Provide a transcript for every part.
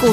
股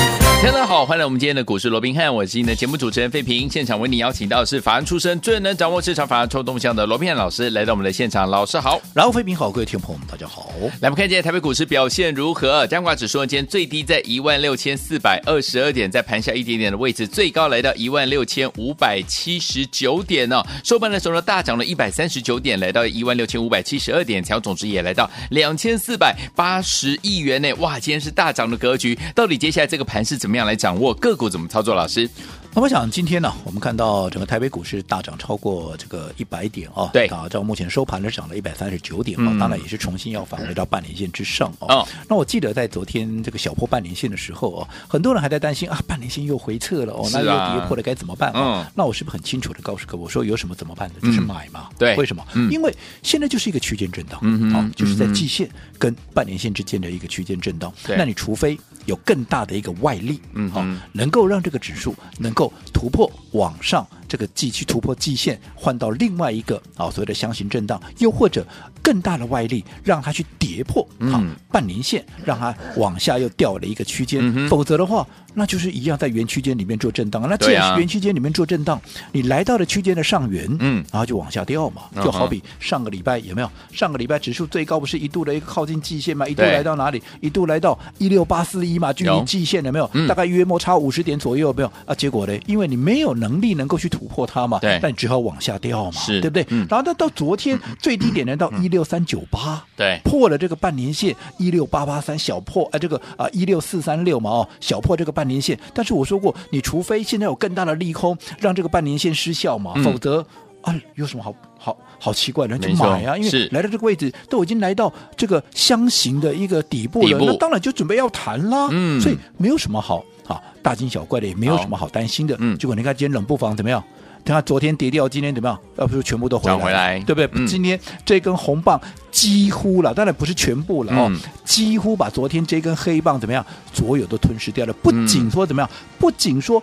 大家好，欢迎来我们今天的股市罗宾汉，我是你的节目主持人费平。现场为你邀请到的是法案出身、最能掌握市场法案臭动向的罗宾汉老师来到我们的现场，老师好。然后，飞平好，各位听众朋友们，大家好。来，我们看一下台北股市表现如何？加挂指数呢今天最低在一万六千四百二十二点，在盘下一点点的位置，最高来到一万六千五百七十九点哦。收盘的时候呢，大涨了一百三十九点，来到一万六千五百七十二点，成交总值也来到两千四百八十亿元呢。哇，今天是大涨的格局，到底接下来这个盘是怎么样来掌握？个股怎么操作？老师，那我想今天呢，我们看到整个台北股市大涨超过这个一百点哦，对打到目前收盘是涨了一百三十九点哦，嗯当然也是重新要返回到半年线之上哦。哦那我记得在昨天这个小破半年线的时候哦，很多人还在担心啊，半年线又回撤了哦，是那啊又跌破了该怎么办、哦？嗯那我是不是很清楚的告诉各位，我说有什么怎么办的，就是买嘛。对为什么？嗯因为现在就是一个区间震荡，嗯哼好、就是在嗯哼季线跟半年线之间的一个区间震荡。对那你除非有更大的一个外力，嗯好、哼能够让这个指数能够突破往上这个季去突破季线，换到另外一个啊所谓的箱型震荡，又或者更大的外力让它去跌破嗯啊半年线，让它往下又掉了一个区间，嗯哼否则的话，那就是一样在原区间里面做震荡。那既对啊然是原区间里面做震荡，你来到了区间的上缘，嗯然后就往下掉嘛，嗯哼就好比上个礼拜有没有？上个礼拜指数最高不是一度的一个靠近季线嘛，一度对来到哪里？一度来到一六八四一嘛，距有离季线了没有？嗯大概约莫差五十点左右，有没有啊？结果呢，因为你没有能力能够去突破它嘛，对但你只好往下掉嘛，是对不对？嗯然后到到昨天最低点呢，到一六三九八，对破了这个半年线一六八八三小破啊，这个啊一六四三六嘛哦，小破这个半年线。但是我说过，你除非现在有更大的利空，让这个半年线失效嘛，嗯否则啊有什么好好好奇怪的，那就没错买啊，因是为来到这个位置都已经来到这个箱型的一个底部底了，部那当然就准备要谈啦。嗯所以没有什么好啊大惊小怪的，也没有好什么好担心的。嗯结果你看今天冷不防怎么样？等下昨天跌掉，今天怎么样？要不是全部都回来了，涨回来对不对？嗯今天这根红棒几乎了，当然不是全部了哦，嗯几乎把昨天这根黑棒怎么样，所有都吞噬掉了。不仅说怎么样，不仅说。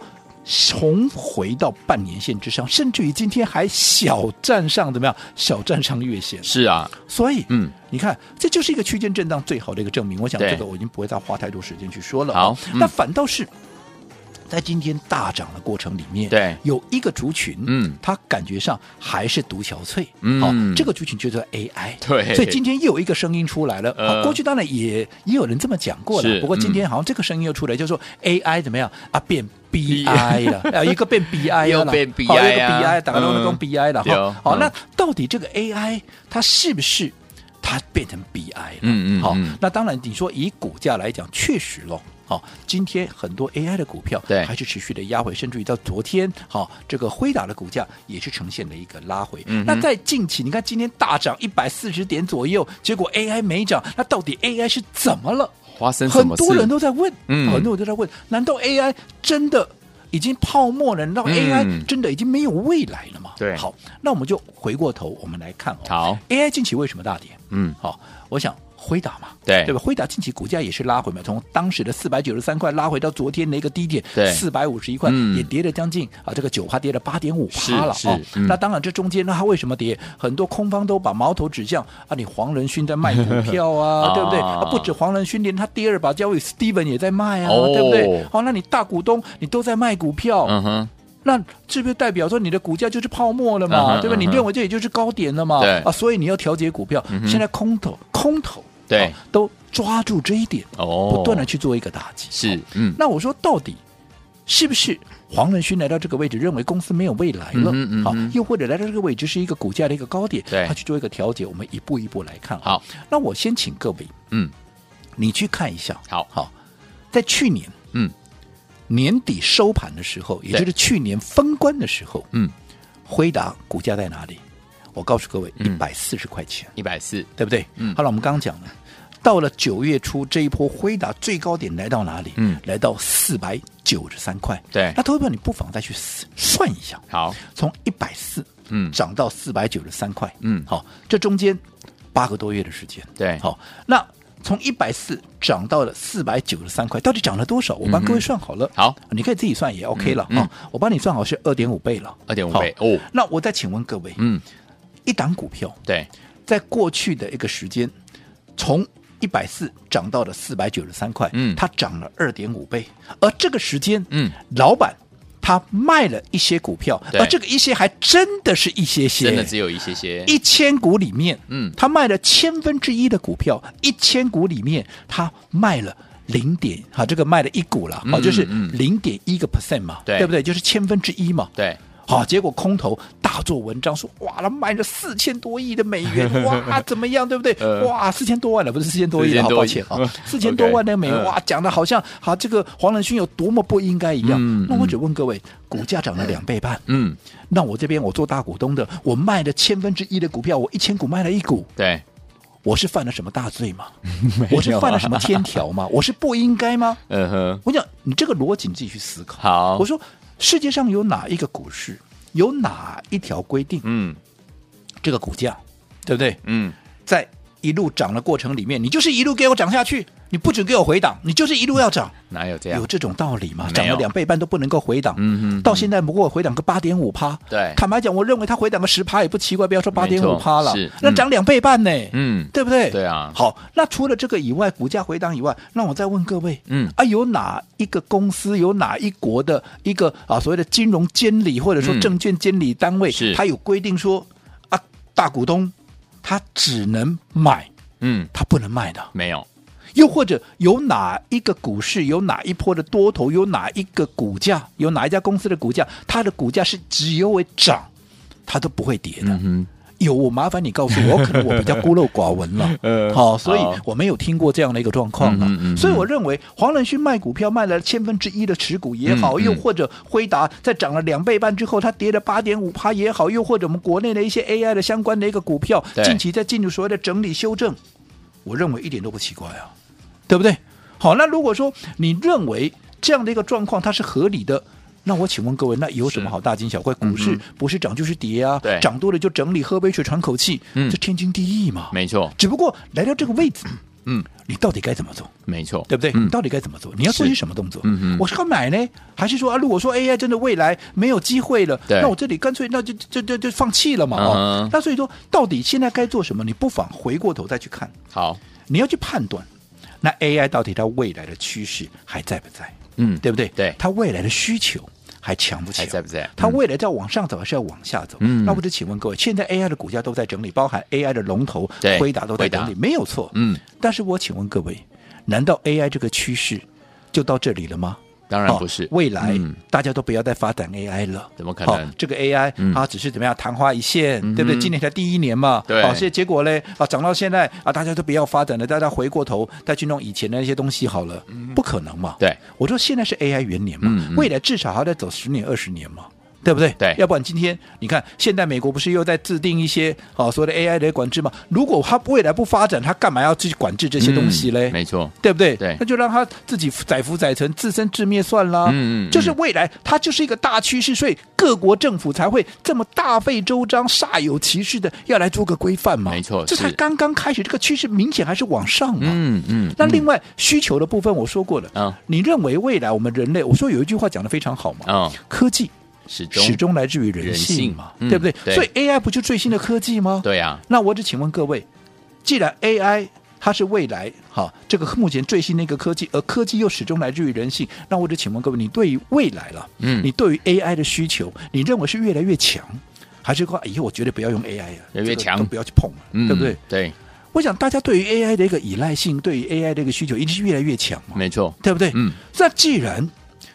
重回到半年线之上，甚至于今天还小站上怎么样？小站上月线，是啊，所以，嗯，你看，这就是一个区间震荡最好的一个证明。我想对这个我已经不会再花太多时间去说了。啊好嗯那反倒是在今天大涨的过程里面，对有一个族群，嗯它感觉上还是独憔悴。嗯好，这个族群叫做 AI。对所以今天又有一个声音出来了。呃好过去当然也也有人这么讲过是嗯了，不过今天好像这个声音又出来，就是说 AI 怎么样啊变。BI 了，啊，一个变 BI 了啦，又变 BI 好一个啊 BI，打个嗯龙跟 BI 了对哦哈。好，嗯那到底这个 AI 它是不是它变成 BI 了？嗯嗯好嗯，那当然你说以股价来讲，确实咯。好，今天很多 AI 的股票对还是持续的压回，甚至于到昨天，好，这个辉达的股价也是呈现了一个拉回。嗯哼那在近期，你看今天大涨一百四十点左右，结果 AI 没涨，那到底 AI 是怎么了？发生什很么事？多人都在问，嗯很多人都在问，难道 AI 真的已经泡沫了？难道嗯 AI 真的已经没有未来了吗？对好，那我们就回过头，我们来看哦。好，AI 近期为什么大跌？嗯，好、我想辉达嘛，对对吧？辉达近期股价也是拉回嘛，从当时的四百九十三块拉回到昨天的一个低点，对四百五十一块，嗯也跌了将近啊，这个九趴跌了八点五趴了是哦是。嗯那当然，这中间那它为什么跌？很多空方都把矛头指向啊，你黄仁勋在卖股 票啊啊，对不对？啊，不止黄仁勋，连他第二把交易 Steven 也在卖啊，哦对不对？好、那你大股东你都在卖股票，嗯哼，那是不是代表说你的股价就是泡沫了嗯嘛？哼对吧？嗯哼你认为这也就是高点了嘛？对嗯啊，所以你要调节股票。现在空头空头对啊都抓住这一点，哦不断的去做一个打击。是好，嗯，那我说到底是不是黄仁勋来到这个位置，认为公司没有未来了？嗯哼嗯好哼，又或者来到这个位置是一个股价的一个高点对，他去做一个调节。我们一步一步来看。啊好，那我先请各位，嗯，你去看一下。好好，在去年嗯年底收盘的时候，也就是去年封关的时候，嗯，辉达股价在哪里？我告诉各位，一嗯百四十块钱，一百四，对不对？嗯好了，我们刚刚讲了，到了九月初这一波辉达最高点来到哪里？嗯来到四百九十三块。对那投资者你不妨再去算一下，好，从一百四嗯涨到四百九十三块，嗯好，这中间。八个多月的时间。对好，那从一百四涨到了四百九十三块，到底涨了多少？我帮各位算好了。嗯好，你可以自己算也 OK 了啊、嗯嗯我帮你算好是二点五倍了， 2.5倍哦那我再请问各位，嗯，一档股票对，在过去的一个时间，从一百四涨到了四百九十三块，嗯它涨了二点五倍，而这个时间，嗯，老板。他卖了一些股票，对而这个一些还真的是一些些，真的只有一些些，一千股里面，嗯他卖了千分之一的股票，一千股里面他卖了。零点啊，这个卖了一股了，好、嗯就是嗯零点一个 percent 嘛，对不对？就是千分之一嘛，对，好、结果空头大做文章说，哇，他卖了四千多亿的美元， 哇，怎么样，对不对？呃哇，四千多万了，不是四千多亿了， 4000好多抱亿歉啊嗯，四千多万的美元， OK，嗯哇，讲的好像好、这个黄仁勋有多么不应该一样。嗯那我只问各位，股价涨了两倍半，嗯，那我这边我做大股东的，我卖了千分之一的股票，我一千股卖了一股，对，我是犯了什么大 罪吗？啊我是犯了什么天条吗？我是不应该吗？ 嗯哼，我讲你这个逻辑你自己去思考。好我，说世界上有哪一个股市，有哪一条规定，嗯这个股价，对不对？嗯，在一路涨的过程里面，你就是一路给我涨下去，你不准给我回档，你就是一路要涨。哪有这样有？这种道理吗？啊没有涨了两倍半都不能够回档，嗯嗯嗯到现在不过回档个八点五趴，对坦白讲，我认为它回档个十趴也不奇怪，不要说八点五趴了没错是，那涨两倍半呢，嗯，对不对？对啊好，那除了这个以外，股价回档以外，那我再问各位，嗯啊，有哪一个公司，有哪一国的一个啊所谓的金融监理或者说嗯证券监理单位，是它有规定说啊，大股东他只能买，嗯，他不能卖的。没有，又或者有哪一个股市，有哪一波的多头，有哪一个股价，有哪一家公司的股价，它的股价是只有会涨，它都不会跌的。嗯哼，有我麻烦你告诉我， 可能我比较孤陋寡闻了，呃好，所以好我没有听过这样的一个状况啊。嗯嗯嗯嗯所以我认为黄仁勋卖股票卖了千分之一的持股也好，嗯嗯又或者辉达在涨了两倍半之后，它跌了八点五趴也好，又或者我们国内的一些 AI 的相关的一个股票，对近期在进入所谓的整理修正，我认为一点都不奇怪啊，对不对？好，那如果说你认为这样的一个状况它是合理的。那我请问各位，那有什么是嗯好大惊小怪？股市不是涨就是跌啊，对涨多了就整理，喝杯水喘口气，嗯这天经地义嘛。没错，只不过来到这个位置，嗯，你到底该怎么做，没错，对不对？你嗯，到底该怎么做？你要做些是什么动作？嗯哼我是要买呢，还是说啊，如果说 AI 真的未来没有机会了，对那我这里干脆那就就就就放弃了嘛？嗯哼哦，那所以说，到底现在该做什么？你不妨回过头再去看，好，你要去判断，那 AI 到底它未来的趋势还在不在？嗯，对不对？对它未来的需求还强不强？还在不在它嗯未来要往上走还是要往下走？嗯那我只请问各位，现在 AI 的股价都在整理，包含 AI 的龙头对辉达都在辉达整理，没有错。嗯，但是我请问各位，难道 AI 这个趋势就到这里了吗？当然不是，哦未来、嗯大家都不要再发展 AI 了，怎么可能哦这个 AI、嗯啊，只是怎么样昙花一现，哼对不对？今年才第一年嘛，对好、所以结果嘞啊，涨到现在啊，大家都不要发展了，大家回过头再去弄以前的那些东西好了，不可能嘛。嗯对，我说现在是 AI 元年嘛，嗯嗯未来至少还要再走十年二十年嘛。对不对？对要不然今天你看，现在美国不是又在制定一些啊所谓的 AI 的管制嘛？如果它未来不发展，它干嘛要去管制这些东西嘞？嗯没错，对不对？对那就让他自己载浮载沉，自生自灭算啦。嗯嗯嗯就是未来它就是一个大趋势，所以各国政府才会这么大费周章、煞有其事的要来做个规范嘛。没错这才是刚刚开始，这个趋势明显还是往上嘛。嗯嗯，那另外需求的部分，我说过了，嗯你认为未来我们人类，我说有一句话讲的非常好嘛，嗯，科技始终始终来自于人人性性嘛，嗯对不对？对所以 AI 不就最新的科技吗？对啊呀，那我只请问各位，既然 AI 它是未来哈，这个目前最新的一个科技，而科技又始终来自于人性，那我只请问各位，你对于未来了，嗯你对于 AI 的需求，你认为是越来越强，还是说哎以后我绝对不要用 AI 了，越来越这个强都不要去碰了，嗯，对不对？？对，我想大家对于 AI 的一个依赖性，对于 AI 的一个需求，一定是越来越强嘛，没错，对不对？嗯，那既然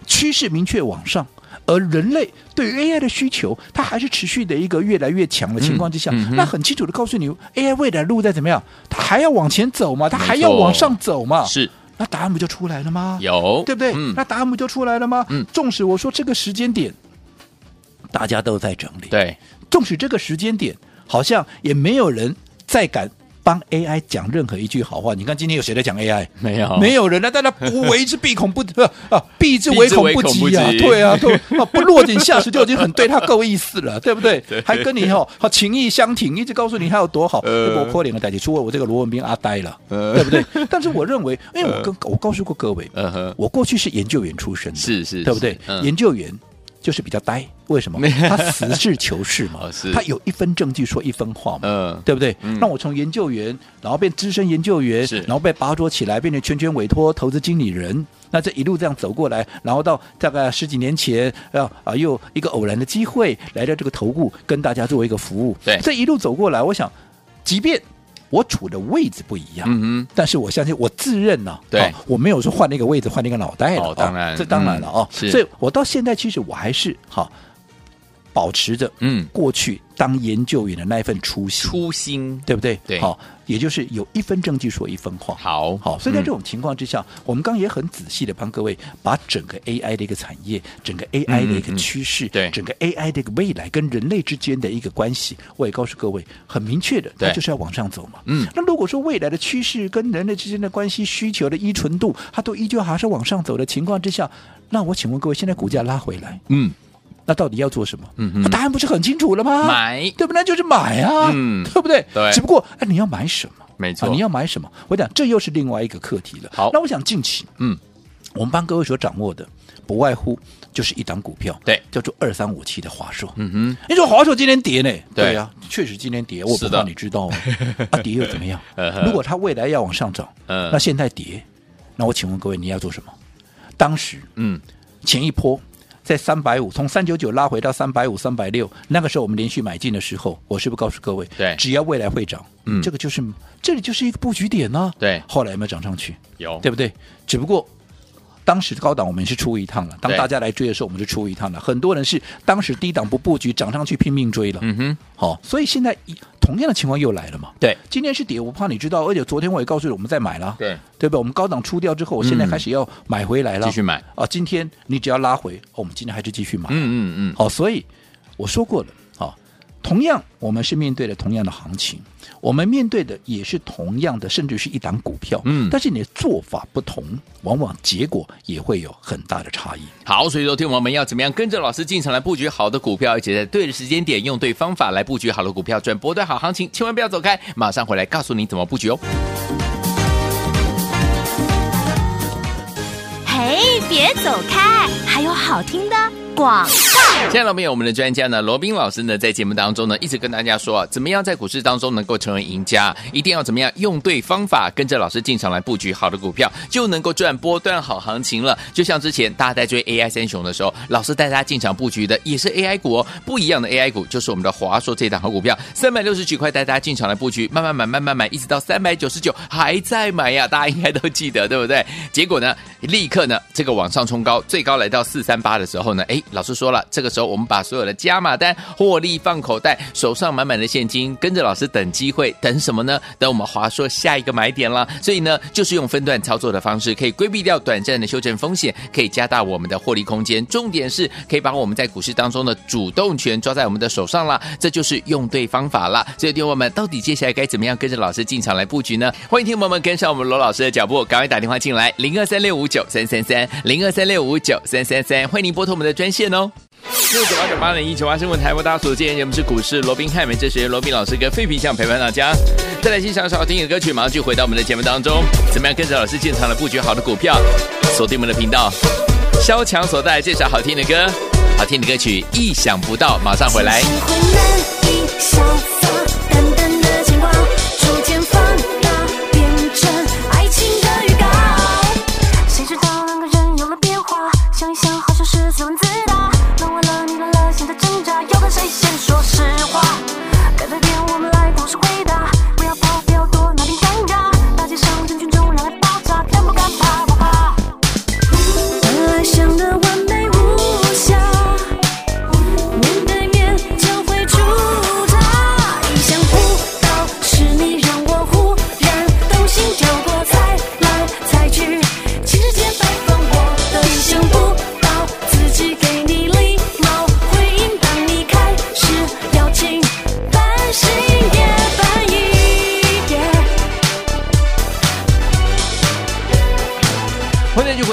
趋势明确往上，而人类对于 AI 的需求，它还是持续的一个越来越强的情况之下，嗯嗯哼那很清楚的告诉你，AI 未来路在怎么样，它还要往前走嘛，它还没要错往上走嘛，是那答案不就出来了吗？有，对不对？嗯那，答案不就出来了吗？嗯纵使我说这个时间点，大家都在整理，对，纵使这个时间点好像也没有人再敢帮 AI 讲任何一句好话。你看今天有谁在讲 AI？ 没有没有人啊！大家不为之 必恐不啊，避之唯恐不及啊！避之唯恐不及对 啊，都啊不落井下石就已经很对他够意思了，对不 对？对还跟你哦，好情意相挺，一直告诉你他有多好，哎呃我破脸的代替，除了我这个罗文斌阿呆了，呃对不对？但是我认为，因为我跟我告诉过各位嗯哼，呃我过去是研究员出身的，是是对不对是？嗯研究员。就是比较呆，为什么？他实事求是嘛哦是，他有一分证据说一分话嘛，嗯对不对？让我从研究员，然后变资深研究员是，然后被拔擢起来，变成全权委托投资经理人。那这一路这样走过来，然后到大概十几年前，啊啊，又一个偶然的机会来到这个投顾，跟大家做一个服务。对这一路走过来，我想，即便我处的位置不一样，嗯但是我相信我自认呢、对啊我没有说换了一个位置，换了一个脑袋了，哦啊当然这当然了哦、嗯是所以我到现在其实我还是哈、保持着嗯过去当研究员的那一份初心，初心对不对？对好、也就是有一分证据说一分话。好好，所以在嗯这种情况之下，我们刚刚也很仔细的帮各位把整个 AI 的一个产业、整个 AI 的一嗯嗯个趋势、对整个 AI 的一个未来跟人类之间的一个关系，我也告诉各位很明确的，它对就是要往上走嘛。嗯那如果说未来的趋势跟人类之间的关系、需求的依存度，它都依旧还是往上走的情况之下，那我请问各位，现在股价拉回来，嗯那到底要做什么？嗯哼那答案不是很清楚了吗？买对不对？那就是买啊，嗯对不对？对只不过哎，你要买什么？没错啊你要买什么？我讲这又是另外一个课题了。好那我想近期嗯我们帮各位所掌握的，不外乎就是一档股票，对叫做二三五七的华硕。嗯哼你说华硕今天跌呢？对呀、确实今天跌，我是不的怕你知道 哦。啊，跌又怎么样呃呵？如果它未来要往上涨，嗯那现在跌，那我请问各位，你要做什么？当时嗯前一波在三百五，从三九九拉回到三百五、三百六，那个时候我们连续买进的时候，我是不是告诉各位，对只要未来会涨，嗯这个就是这里就是一个布局点呢、对后来有没有涨上去？有对不对？只不过。当时高档我们是出一趟了，当对大家来追的时候，我们就出一趟了。很多人是当时低档不布局，涨上去拼命追了。嗯哼好、所以现在一同样的情况又来了嘛。对今天是跌，我怕你知道，而且昨天我也告诉你我们再买了，对嗯对吧？我们高档出掉之后，我现在开始要买回来了，继续买啊！今天你只要拉回，哦我们今天还是继续买，嗯嗯嗯好，所以我说过了，好、同样我们是面对了同样的行情，我们面对的也是同样的，甚至是一档股票，嗯但是你的做法不同，往往结果也会有很大的差异。好，所以说听我们要怎么样跟着老师进场来布局好的股票，而且在对的时间点用对方法来布局好的股票，赚波段好行情，千万不要走开，马上回来告诉你怎么布局哦。嘿，别走开，还有好听的广。亲爱的朋友我们的专家呢，罗宾老师呢，在节目当中呢，一直跟大家说啊，怎么样在股市当中能够成为赢家，一定要怎么样用对方法，跟着老师进场来布局好的股票，就能够赚波段好行情了。就像之前大家在追 AI 三雄的时候，老师带大家进场布局的也是 AI 股哦，不一样的 AI 股就是我们的华硕这档好股票，三百六十几块带大家进场来布局，慢慢买，慢慢买，一直到三百九十九还在买呀，大家应该都记得对不对？结果呢，立刻呢这个往上冲高，最高来到四三八的时候呢，哎，老师说了，这个时候我们把所有的加码单获利放口袋，手上满满的现金，跟着老师等机会，等什么呢？等我们华硕下一个买点啦。所以呢，就是用分段操作的方式，可以规避掉短暂的修正风险，可以加大我们的获利空间。重点是可以把我们在股市当中的主动权抓在我们的手上啦，这就是用对方法啦。所以，听友们，到底接下来该怎么样跟着老师进场来布局呢？欢迎听友们跟上我们罗老师的脚步，赶快打电话进来，零二三六五九三三三，零二三六五九三三三，欢迎您拨通我们的专线哦。六九八九八零一九八新闻台，我大家所今天节目是股市罗宾汉，美这学罗宾老师跟废品酱陪伴大家。再来欣赏一首好听的歌曲，马上就回到我们的节目当中。怎么样跟着老师进场来布局好的股票？锁定我们的频道，萧强所带来这首好听的歌，好听的歌曲意想不到，马上回来。星星会难以消散，淡淡的情话逐渐放大，变成爱情的预告。谁知道两个人有了变化？想一想，好像是自问自答。弄完了，你来了，现在挣扎，要跟谁先说实话？改对点，我们来同时回答，不要跑，不要躲，哪里尴尬？大街上人群中，让爱爆炸，敢不敢怕不怕？本来想的完美无瑕。面对面就会出差。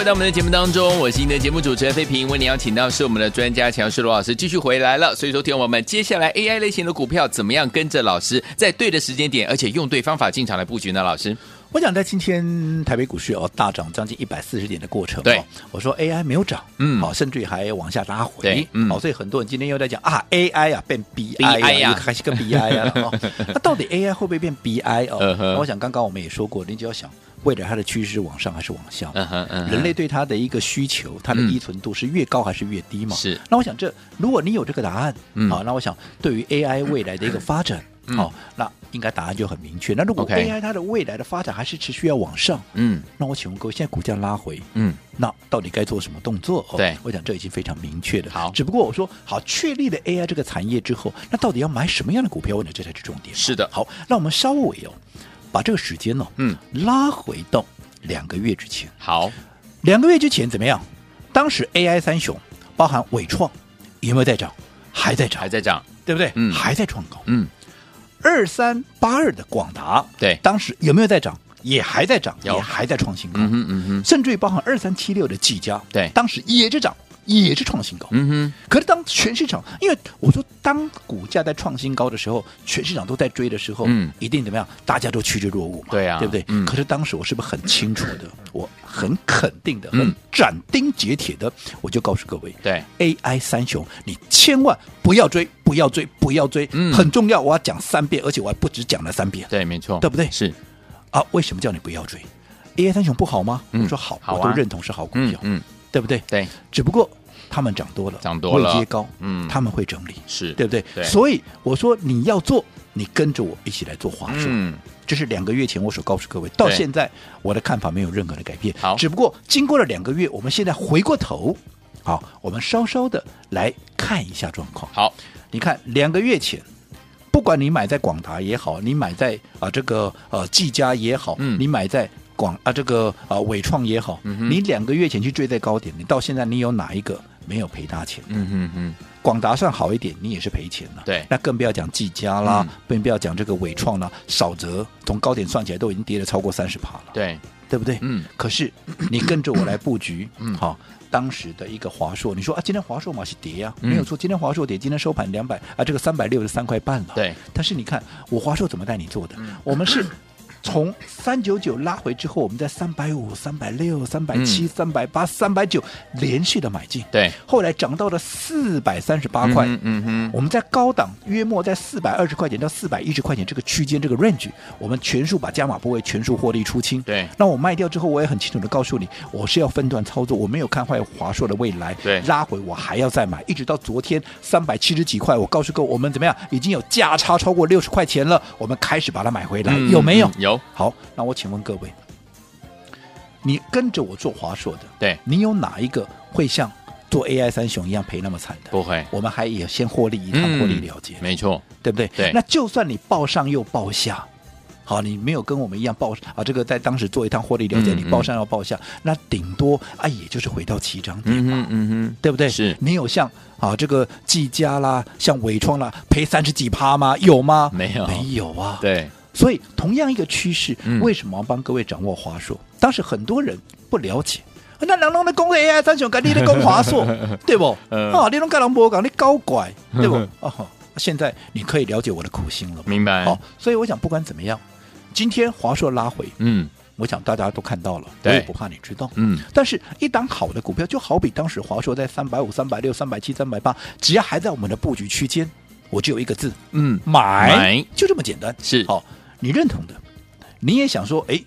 到我们的节目当中，我是您的节目主持人费平，为您邀请到是我们的专家强势罗老师继续回来了。所以说，听我们接下来 AI 类型的股票怎么样跟着老师在对的时间点，而且用对方法进场来布局呢？老师，我想在今天台北股市哦大涨将近一百四十点的过程、哦，对，我说 AI 没有涨，嗯好、甚至于还往下拉回对，嗯好、所以很多人今天又在讲啊 AI 啊变 BI 啊 BI 啊又开始跟 BI 啊，哦，那到底 AI 会不会变 BI 哦？嗯哼那我想刚刚我们也说过，你只要想未来它的趋势是往上还是往下，嗯哼嗯哼人类对它的一个需求，它的嗯依存度是越高还是越低嘛？是那我想这，如果你有这个答案，哦嗯好，那我想对于 AI 未来的一个发展，嗯好，那应该答案就很明确。那如果 OK AI 它的未来的发展还是持续要往上，嗯那我请问各位，现在股价拉回，嗯，那到底该做什么动作？哦对我讲这已经非常明确的。好只不过我说好，确立了 AI 这个产业之后，那到底要买什么样的股票？我讲这才是重点。是的好，那我们稍微哦，把这个时间呢、哦嗯，拉回到两个月之前。好，两个月之前怎么样？当时 AI 三雄包含伟创有没有在涨？还在涨还，在涨，对不对？嗯还在创高。嗯，二三八二的广达，对当时有没有在涨？也还在涨，有也还在创新高。嗯哼嗯哼甚至于包含二三七六的技嘉，对当时也是涨，也是创新高。嗯哼，可是当全市场，因为我说当股价在创新高的时候，全市场都在追的时候，嗯一定怎么样？大家都趋之若鹜嘛，对啊对不对？嗯可是当时我是不是很清楚的？我很肯定的，嗯很斩钉截铁的，我就告诉各位，对， AI 三雄，你千万不要追，不要追，不要追，嗯很重要，我要讲三遍，而且我还不止讲了三遍对，没错，对不对是，啊！为什么叫你不要追？AI 三雄不好吗？嗯我说好，好啊我都认同是好股嗯票，嗯，对不对？对，只不过他们涨多了，涨多了位阶高，嗯他们会整理，是，对不对？对所以我说你要做，你跟着我一起来做华硕。嗯，这是两个月前我所告诉各位，到现在我的看法没有任何的改变。好只不过经过了两个月，我们现在回过头，好，我们稍稍的来看一下状况。好，你看两个月前。不管你买在广达也好，你买在啊、这个呃技嘉也好，嗯你买在广啊、这个啊、伟创也好，嗯哼你两个月前去追在高点，你到现在你有哪一个没有赔大钱？嗯哼嗯，广达算好一点，你也是赔钱了。对那更不要讲技嘉啦嗯，更不要讲这个伟创啦，少则从高点算起来都已经跌了超过三十趴了，对，对不对？嗯，可 是你跟着我来布局，嗯，好，当时的一个华硕，你说啊，今天华硕嘛是跌呀、嗯没有错，今天华硕跌，今天收盘两百啊，这个三百六十三块半了。对，嗯但是你看我华硕怎么带你做的？我们是从三九九拉回之后，我们在三百五、三百六、三百七、三百八、三百九连续的买进，嗯对，后来涨到了四百三十八块。嗯哼嗯哼，我们在高档约莫在四百二十块钱到四百一十块钱这个区间这个 range，我们全数把加码部位全数获利出清。对那我卖掉之后，我也很清楚的告诉你，我是要分段操作，我没有看坏华硕的未来。对拉回我还要再买，一直到昨天三百七十几块，我告诉各位，我们怎么样，已经有价差超过六十块钱了，我们开始把它买回来，嗯有没有嗯？有，好，那我请问各位，你跟着我做华硕的，对，你有哪一个会像做 AI 三雄一样赔那么惨的？不会，我们还也先获利一趟，嗯获利了结，没错，对不对？对那就算你报上又报下，好，你没有跟我们一样报啊，这个在当时做一趟获利了结，嗯你报上要报下，那顶多啊，也就是回到起涨点。嗯哼嗯哼，对不对？是你有像啊这个技嘉啦，像伟创啦，赔三十几趴吗？有吗？没有没有啊。对，所以同样一个趋势，嗯为什么要帮各位掌握华硕？当时很多人不了解。啊那人拢在讲 AI 三雄，跟你在讲 华硕，对不？嗯啊，你拢跟人无讲，你搞 怪，对不？哦，现在你可以了解我的苦心了吧。明白，好，所以我想不管怎么样，今天华硕拉回，嗯我想大家都看到了，我对也不怕你知道。嗯，但是，一档好的股票，就好比当时华硕在三百五、三百六、三百七、三百八，只要还在我们的布局区间，我只有一个字，嗯，买，买就这么简单。是好，你认同的，你也想说，哎。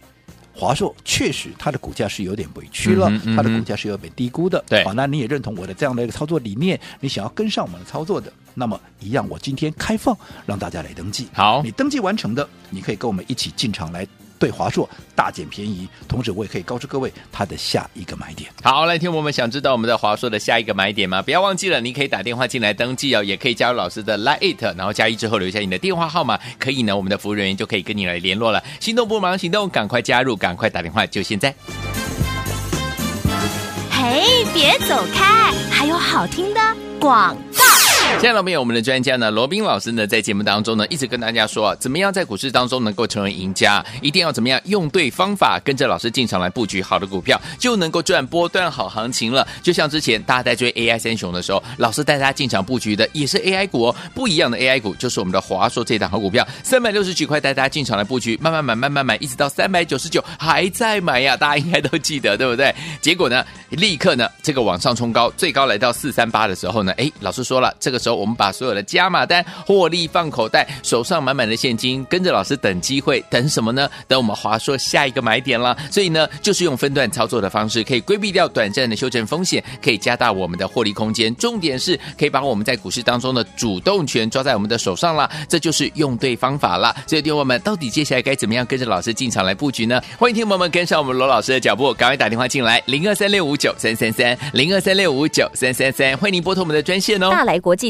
华硕确实，它的股价是有点委屈了嗯，哼它的嗯哼股价是有点低估的。对好，那你也认同我的这样的一个操作理念，你想要跟上我们的操作的，那么一样，我今天开放让大家来登记。好你登记完成的，你可以跟我们一起进场来对华硕大捡便宜，同时我也可以告诉各位它的下一个买点。好，来听我们想知道我们的华硕的下一个买点吗？不要忘记了，你可以打电话进来登记哦，也可以加入老师的 Line It，然后加一之后留下你的电话号码，可以呢，我们的服务人员就可以跟你来联络了。心动不忙行动，赶快加入，赶快打电话，就现在。嘿，别走开，还有好听的广告。亲爱的朋友我们的专家呢，罗宾老师呢，在节目当中呢，一直跟大家说啊，怎么样在股市当中能够成为赢家，一定要怎么样用对方法，跟着老师进场来布局好的股票，就能够赚波段好行情了。就像之前大家在追 AI 三雄的时候，老师带大家进场布局的也是 AI 股哦，不一样的 AI 股就是我们的华硕这档好股票，三百六十几块带大家进场来布局，慢慢买，慢慢买，一直到三百九十九还在买呀，大家应该都记得对不对？结果呢，立刻呢这个往上冲高，最高来到四三八的时候呢，哎，老师说了，这个时候我们把所有的加码单获利放口袋，手上满满的现金，跟着老师等机会，等什么呢？等我们华硕下一个买点啦。所以呢，就是用分段操作的方式，可以规避掉短暂的修正风险，可以加大我们的获利空间。重点是可以把我们在股市当中的主动权抓在我们的手上啦，这就是用对方法啦。所以，听友们，到底接下来该怎么样跟着老师进场来布局呢？欢迎听友们跟上我们罗老师的脚步，赶快打电话进来，零二三六五九三三三，零二三六五九三三三，欢迎您拨通我们的专线哦。大来国际